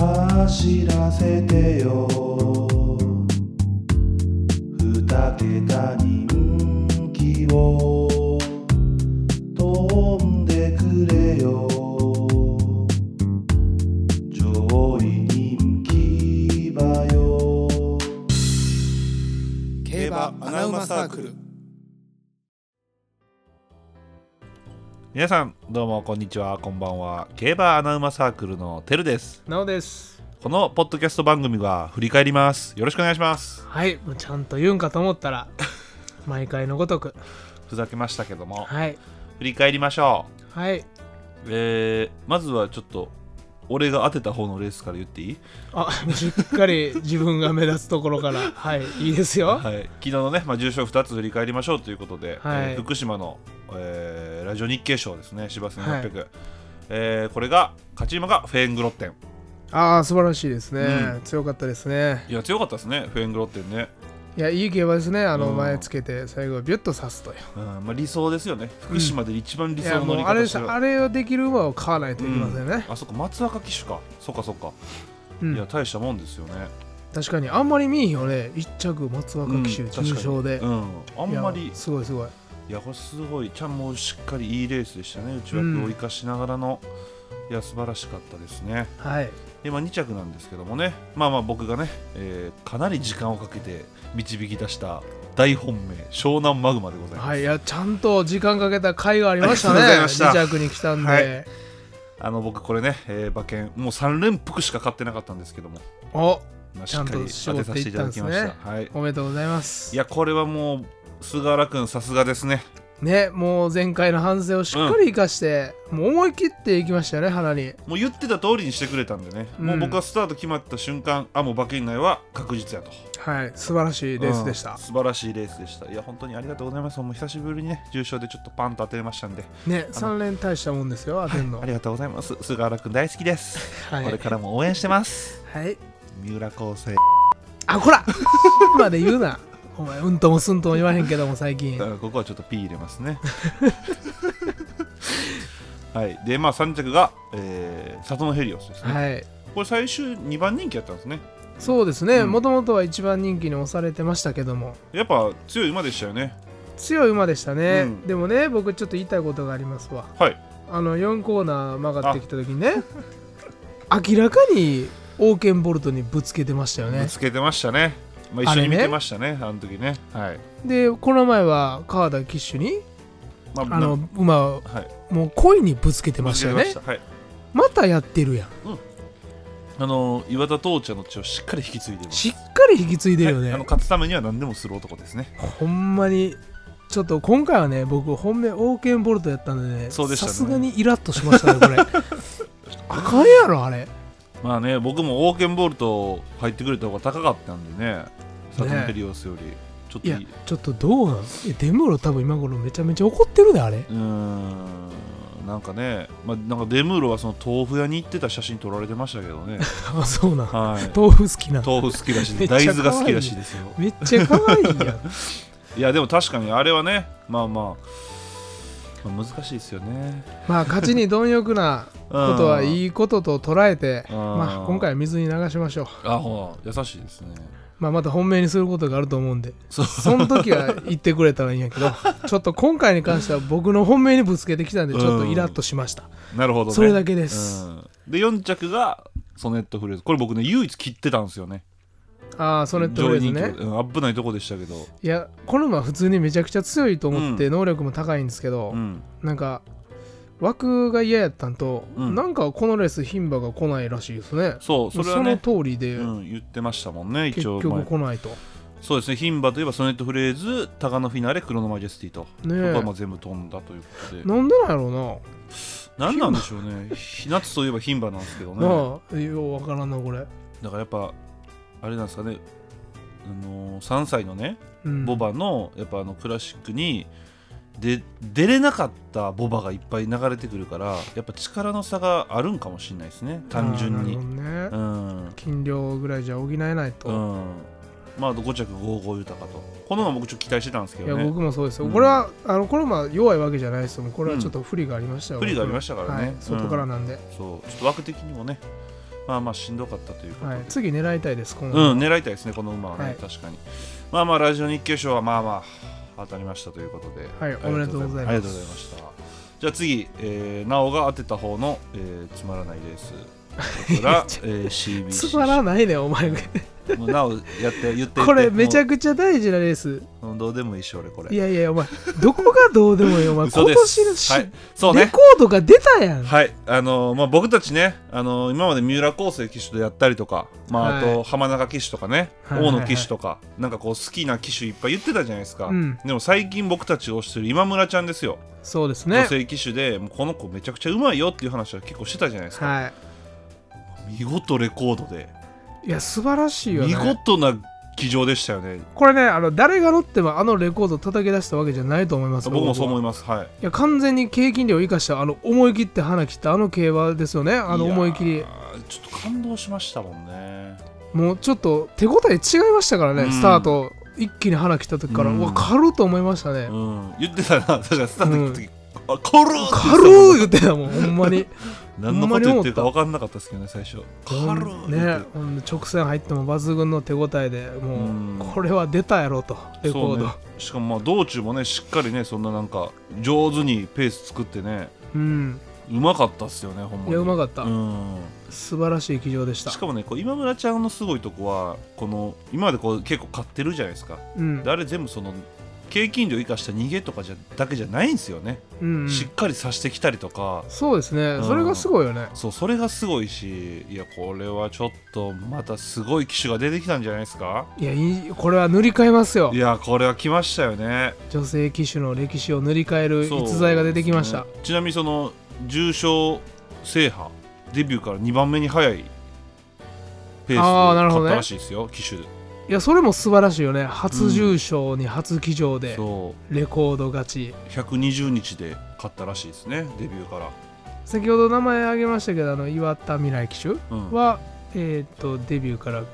走らせてよ二桁人気を飛んでくれよ上位人気馬よ競馬アナウマサークル皆さんどうもこんにちはこんばんは競馬アナウマサークルのてるですなおですこのポッドキャスト番組は振り返りますよろしくお願いしますはいもうちゃんと言うんかと思った ら毎回のごとくふざけましたけどもはい振り返りましょはいうえー、まずはちょっと俺が当てた方のレースから言っていいあしっかり自分が目立つところからはいいいですよはい、昨日のね、まあ、重賞2つ振り返りましょうということで、はいえー福島の、えーラジオ日経賞ですね芝1800、えーこれが勝ち馬がフェーングロッテンああ素晴らしいですね、う強かったですねいや強かったですねフェーングロッテンね、いやいい競馬ですねあのうん前つけて最後ビュッと刺すという うんまあ、理想ですよね福島で一番理い想やのも乗りうあれ方でしてする、あれをできる馬を買わないといけませんうんね、あそっか松若騎手かそっかそっか、うんいや大したもんですよね確かにあんまり見えんよね一着松若騎手うん重賞で、うんあんまりいいややすごいすごいこれすごいちゃんもしっかりいいレースでしたね内枠を生かしながらの、いや素晴らしかったですねはいで、まあ、2着なんですけどもねまあまあ僕がね、えーかなり時間をかけて導き出した大本命湘南マグマでございます、はいいやちゃんと時間かけた甲斐がありましたねありがとうございました2着に来たんで、はいあの僕これね、えー馬券もう3連複しか買ってなかったんですけども、おまあ、しちゃっんかとり当てさせていただきました絞っていったんですはい、おめでとうございまいすやこれはもう菅原君さすがですねねもう前回の反省をしっかり生かして、もう思い切っていきましたよね花にもう言ってた通りにしてくれたんでね、うんもう僕はスタート決まった瞬間あもう馬券内は確実やとはい素晴らしいレースでしうんた、素晴らしいレースでしたいや本当にありがとうございますもう久しぶりにね重賞でちょっとパンと当てれましたんでね3連大したもんですよ当てんのありがとうございます菅原君大好きです、はいこれからも応援してますはい三浦昴生あこら まで言うなお前うんともすんとも言わへんけども最近だからここはちょっと P 入れます ねはいでまあ3着が、えー、里のヘリオスですね、はいこれ最終2番人気やったんですねそうですねうんもともとは一番人気に押されてましたけどもやっぱ強い馬でしたよね強い馬でしたね、うんでもね僕ちょっと言いたいことがありますわはいあの4コーナー曲がってきた時にね明らかにオーケンボルトにぶつけてましたよぶねつけてましたね、まあ、あ一緒れねに見てましたねあの時ねはいでこの前は川田騎手にまあの馬をなはいもう恋にぶつけてましたよぶつけねてましたはいまたやってるやんあの岩田父ちゃんの血をしっかり引き継いでいますしっかり引き継いでるよはいね、あの勝つためには何でもする男ですねほんまにちょっと今回はね僕本命オーケンボルトやったんでねそうでしたさねすがにイラッとしましたねこ れあかんやろあれまあね僕もオーケンボルト入ってくれた方が高かったんでねサトンペリオスより、ちょっといいやいうちょっとどうなんいやデムーロ多分今頃めちゃめちゃ怒ってるで あれーんなんかね、まあ、なんかデムーロはその豆腐屋に行ってた写真撮られてましたけど ねあそうなんはい豆腐好きな豆腐好きらしいめでっち大ゃ可愛い豆が好きらしいですよめっちゃ可愛い やんいやでも確かにあれはねまあまあ、まあ難しいですよねまあ勝ちに貪欲なことはうんいいことと捉えて、うんまあ、今回は水に流しましょう、あほら優しいですねまあ、また本命にすることがあると思うんでそうその時は言ってくれたらいいん やけどちょっと今回に関しては僕の本命にぶつけてきたんでちょっとイラッとしました、なるほど、ね、それだけです、うんで4着がソネットフレーズこれ僕ね唯一切ってたんですよねああソネットフレーズね上位人気うん、危ないとこでしたけど、いやこの馬は普通にめちゃくちゃ強いと思ってう能力も高いんですけど、うん、なんか枠が嫌やったんと、うんなんかこのレース牝馬が来ないらしいですねそうそれはのね通りで、うん、言ってましたもんね結一応局前来ないとそうですね牝馬といえばソネットフレーズタガノフィナーレクロノマジェスティと、ねえそこはまあ全部飛んだということでなんでなんやろうな、何なんでしょうねひ夏といえば牝馬なんですけどねなあようわからんなこれ、だからやっぱあれなんですかねあのー、3歳のねうん、ボバのやっぱあのクラシックにで出れなかったボバがいっぱい流れてくるからやっぱ力の差があるんかもしれないですね単純にあーなるほどねうん斤量ぐらいじゃ補えないと、うんまあ5着55豊かとこのまま僕ちょっと期待してたんですけいやどね僕もそうですよ、うんこれはあのこれはまあ弱いわけじゃないですよこれはちょっと不利がありましたよ、不利がありまししたからね、はい、外からなんで、うんそうちょっと枠的にもねまあまあしんどかったということで、はい、次狙いたいです今後、うん、狙いたいですね、この馬はね、はい確かに。まあまあ、ラジオ日経賞はまあまあ、当たりましたということで、はいありがあおめりがでととううごござざいいました。じゃあ次、えー、なおが当てた方の、えーつまらないレース。こち ら、えー、CBC。つまらないねお前もうなお、やって、言って、これめちゃくくちゃ大事なレースどうでもいいし、俺、これ。いやいやお前どこがどうでもいいお前嘘今です年のし、はい、そうレね。コードが出たやん、はい、あのーまあ、僕たちね、あのー今まで三浦康生騎手とやったりとか、まあ、あはと浜中騎手とかね、はいはいはい大野騎手とか、なんかこう好きな騎手いっぱい言ってたじゃないですか、うんでも最近僕たちを推してる今村ちゃんですよ、そうですね女性騎手でもうこの子めちゃくちゃうまいよっていう話は結構してたじゃないですか、は見事レコードで、いいや素晴らしいよね見事な騎乗でしたよねこれねあの誰が乗ってもあのレコード叩き出したわけじゃないと思いますよ僕もそう思いいますはいや完全に経験量を生かしたあの思い切って花切ったあの競馬ですよねあのやー思い切りちょっと感動しましたもんねもうちょっと手応え違いましたからね、うんスタート一気に花切った時から、ううんわ軽っと思いましたね、うん言ってたな確かにスタート行った時、あ軽っって言ってたもん軽っ言ってたもんほんまに何のこと言ってるか分かんなかったですけどね最初軽っうんねほんで直線入っても抜群の手応えでうんもうこれは出たやろとレコそうードねしかもまあ道中もねしっかりねそんななんか上手にペース作ってねうんうまかったっすよねほんまにいやうまかったうん素晴らしい騎乗でしたしかもねこう今村ちゃんのすごいとこはこの今までこう結構買ってるじゃないですかうんであれ全部その経験量生かした逃げとかじゃだけじゃないんですよね、うんうんしっかりさしてきたりとかそうですね、うんそれがすごいよねそうそれがすごいしいやこれはちょっとまたすごい機種が出てきたんじゃないですかいやいいこれは塗り替えますよいやこれは来ましたよね女性騎手の歴史を塗り替えるそう逸材が出てきました、ねちなみにその重賞制覇デビューから2番目に早いペースであーなるほ勝っどねたらしいですよ、騎手でいやそれも素晴らしいよね初重賞に初騎乗でそうレコード勝ち120日で勝ったらしいですねデビューから、先ほど名前挙げましたけどあの岩田未来騎手うん、は、えっ、とデビューから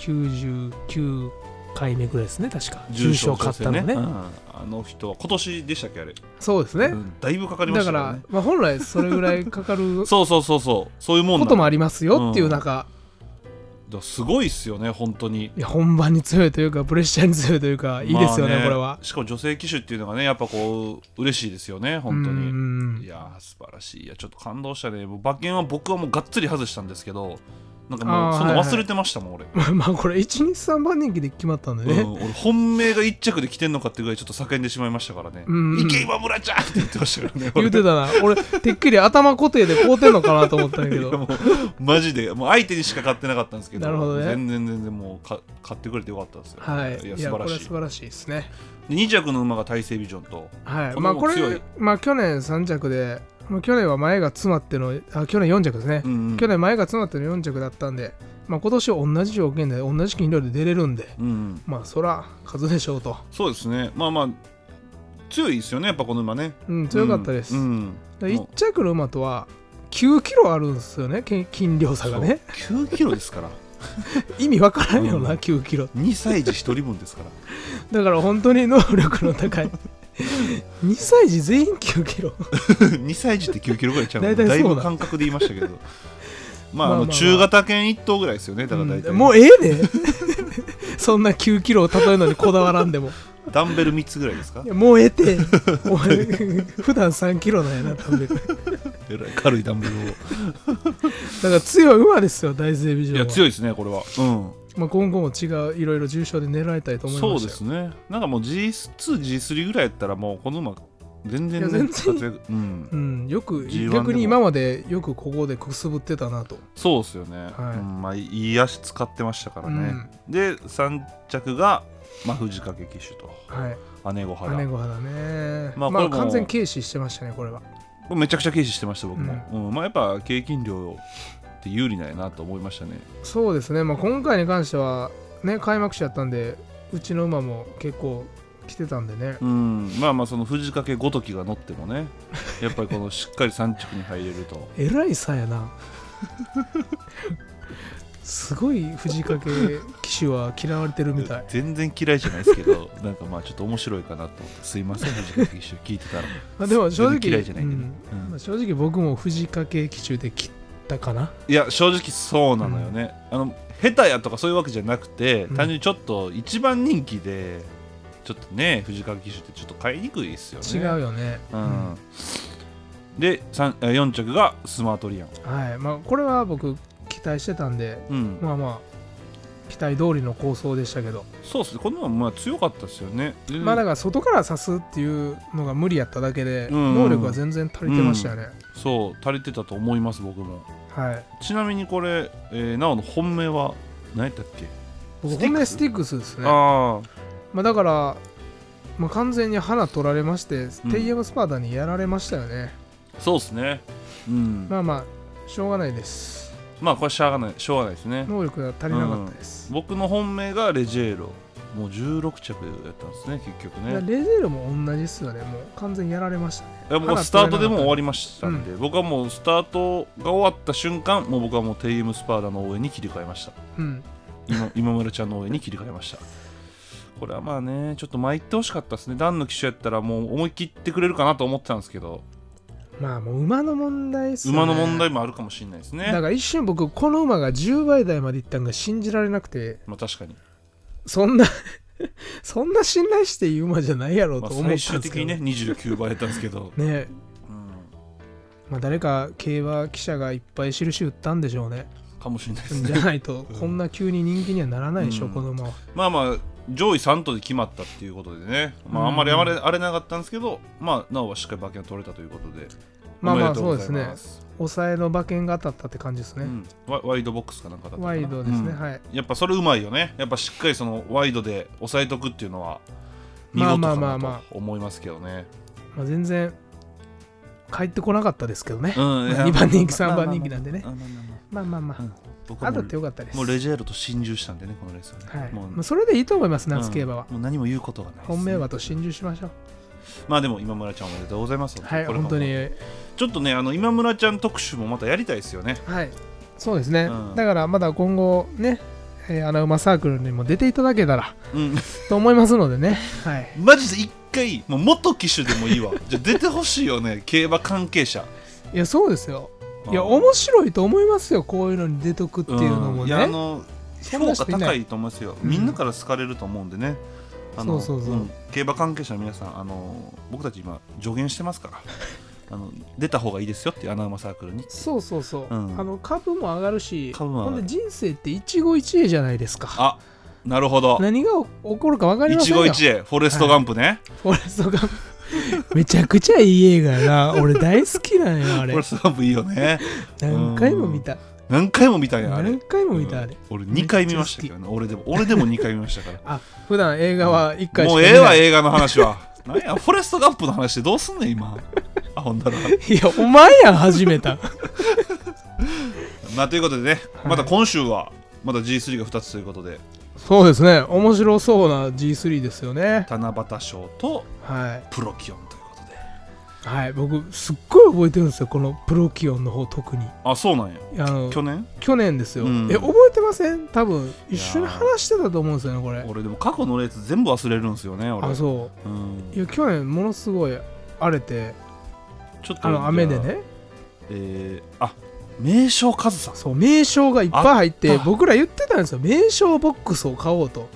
99回目ぐらいですね確か重重賞賞勝勝っったたねのね、うんあの人は今年でしたっけあれ、そうですね、うんだいぶかかりまだしかたら、ねまあ、本来それぐらいか かるそうそうそうそうそういうもんこなともありりますよっていう中、すごいっすよね本当にいや本番に強いというかプレッシャーに強いというかいいですよね,、まあこれはしかも女性騎手っていうのがねやっぱこう嬉しいですよね本当うんうにんうんいやー素晴らしいいやちょっと感動したねもう馬券は僕はもうがっつり外したんですけどなんかあもーうそんなはいはい忘れてましたもん、まあ まあこれ123番人気で決まったんで俺、ね、うん、俺本命が1着で来てんのかってぐらいちょっと叫んでしまいましたからね「うんうんいけ今村ちゃん!」って言ってましたからね 言うてたたな俺てっきり頭固定で買うてんのかなと思っ たんやけどもう マジでもう相手にしか勝ってなかったんですけどなるほどね全然全然もうか買ってくれてよかったですよ、はいいやいや素こ晴られはしい素晴らしいですねで2着の馬が大成ビジョンとはいこのまあこ強れいまあ去年3着で、まあ、去年は前が詰まってのあ去年4着ですね、うんうん去年前が詰まっての4着だったんで、まあ、今年同じ条件で同じ金量で出れるんでうんうんまあそら数でしょうと、そうですねまあまあ強いですよねやっぱこの馬ねうん、強かったです、うんうん1着の馬とは9キロあるんですよねけ金量差がね9キロですから意味わからんよな、うん9キロって2歳児1人分ですからだから本当に能力の 高い2歳児全員9キロ2歳児って9キロぐらいちゃうの大体だそういだぶ感覚で言いましたけ どまあ,、まあまああまあの中型犬1頭ぐらいですよねだから大体、もうええねそんな9キロを例えるのにこだわらんでもダンベル3つぐらいですかいやもうええてお前 普段3キロなんやな多分だかえらい軽いダンベルをら強い馬ですよ大勢ビジョンいはや強いですねこれはうんまあ、今後も違ういろいろ重賞で狙いたいと思いましたそようですねなんかもう G2G3 ぐらいやったらもうこの馬全然いやね全然活躍うんうん、よく G1 逆にでも今までよくここでくすぶってたなと、そうですよね、はいうんまあ、いい足使ってましたからね、で3着が、まあ、藤掛騎手はいと姉御肌姉御肌ねままあ、あこれも完全軽視してましたねこれはこれめちゃくちゃ軽視してました僕も、うんまあ、やっぱ経験量って有利なんやなと思いましたねそうですね、まあ、今回に関してはね開幕者やったんでうちの馬も結構来てたんでねうんまあまあその藤掛ごときが乗っても ねやっぱりこのしっかり3着に入れるとえらい差やなすごい藤掛騎手は嫌われてるみたい、全然嫌いじゃないですけど なんかまあちょっと面白いかなと思ってすいません藤掛騎手聞いてたらまあ、でも正全然直嫌いじゃないけど、うんうんまあ正直僕も藤掛騎手できったかないや正直そうなのよね、あの下手やとかそういうわけじゃなくて、うん単純にちょっと一番人気でちょっとね藤川騎手ってちょっと買いにくいですよね違うよね、ううんん、で4着がスマートリアン、はいまあ、これは僕期待してたんでうん、まあまあ期待通りの構想でしたけど、そうっすねこの馬まあ強かったですよね、でまあだから外から刺すっていうのが無理やっただけで、うん能力は全然足りてましたよね、そう足りてたと思います僕もはいちなみにこれ、えーなおの本命は何やったっけ、僕スティックス本命スティックスですねああまあ、だから、まあ、完全に花取られまして、うんテイヤムスパーダにやられましたよねそうっすねうんままあまあしょうがないですあこれしゃあがないしょうがないですね能力が足りなかったです、僕の本命がレジェーロもう16着やったんですね結局だからねレゼールも同じっすよねもう完全にやられましたねいやもうスタートでもう終わりましたんで、僕はもうスタートが終わった瞬間もう僕はもうテイエムスパーダの応援に切り替えましたうん今 今村ちゃんの応援に切り替えましたこれはまあねちょっと参ってほしかったですねダンの騎手やったらもう思い切ってくれるかなと思ってたんですけど、まあもう馬の問題っすよね馬の問題もあるかもしれないですねだから一瞬僕この馬が10倍台までいったんが信じられなくてまあ確かに、そんな そんな信頼していい馬じゃないやろうまとあ、思ったんで最すけ終ど、的にね29倍やったんですけ ど、ねえうん、まあ、誰か競馬記者がいっぱい印打ったんでしょ うねかもしれないですじねゃないとこんな急に人気にはならないでしょ、うんこの馬はまあまあ上位3頭で決まったっていうことでね、まうあ、んあんまり荒れ荒れなかったんですけど、まあ、なおはしっかり馬券が取れたということで、まあまおめあでとそうごうでざいすねす抑えの馬券が当たったって感じですね、うんワワイドボックスかなんかだったかなワイドですね、うんはいやっぱそれうまいよねやっぱしっかりそのワイドで抑えとくっていうのは見まあ事まあかまあなまと思いますけどねまあ、全然帰ってこなかったですけどね、うんいや2番人気まあ3まあ番人気なんでねまあまあまあまあまあまあまうあ、ん僕当はもたうってよかったですもうレジェールと心中したんでねこのレースはね、はい、ももううそれでいいと思います夏競馬は、うんもう何も言うことがないですね、本命馬と心中しましょう、まあでも今村ちゃんおめでとうございますはいこれも本当にちょっとねあの今村ちゃん特集もまたやりたいですよねはいそうですね、うんだからまだ今後ね、えー、穴馬サークルにも出ていただけたらうんと思いますのでね はいマジで一回もう元騎手でもいい わじゃあ出てほしいよね競馬関係者いやそうですよいやうん面白いと思いますよこういうのに出とくっていうのもんいね、やあのそん評な価人いな高いいと思いますよ、うんみんなから好かれると思うんでねあのそうそうそうん競馬関係者の皆さんあの僕たち今助言してますからあの出た方がいいですよっていう穴馬サークルにそうそうそうう、んあの株も上がるし株も上がるほんで人生って一期一会じゃないですかあなるほど何が起こるか分かりま一せんよ期一会フォレストガンプね、フォレストガンプめちゃくちゃいい映画やな 俺大好きなんよあフれォレストガンプいいよね何回も見た何回も見たんやあれ何回も見たあうれん、俺2回見ましたけどね俺でも俺でも2回見ましたかあ普段映画は一ら回しもうか見ないええわ映画の話はなんやフォレストガンプの話でどうすんねん今あほんだらいやお前やん始めたまあということでねはいまた今週はまだ G3 が2つということで そうですね面白そうな G3 ですよね七夕賞とはいプロキオンということではい、僕すっごい覚えてるんですよこのプロキオンの方特にあそうなんやあの去去年年ですよ、うんえ覚えてません多分一緒に話してたと思うんですよねこれ俺でも過去のレース全部忘れるんですよね俺、、あそううんいや去年ものすごい荒れてちょっとあの雨でねえー、あ名称カズさんそう名称がいっぱい入ってあった僕ら言ってたんですよ名称ボックスを買おうと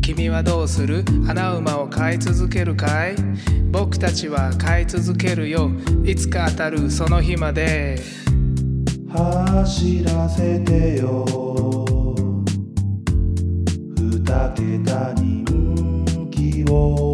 君はどうする穴馬を飼い続けるかい僕たちは飼い続けるよいつか当たるその日まで走らせてよ二桁人気を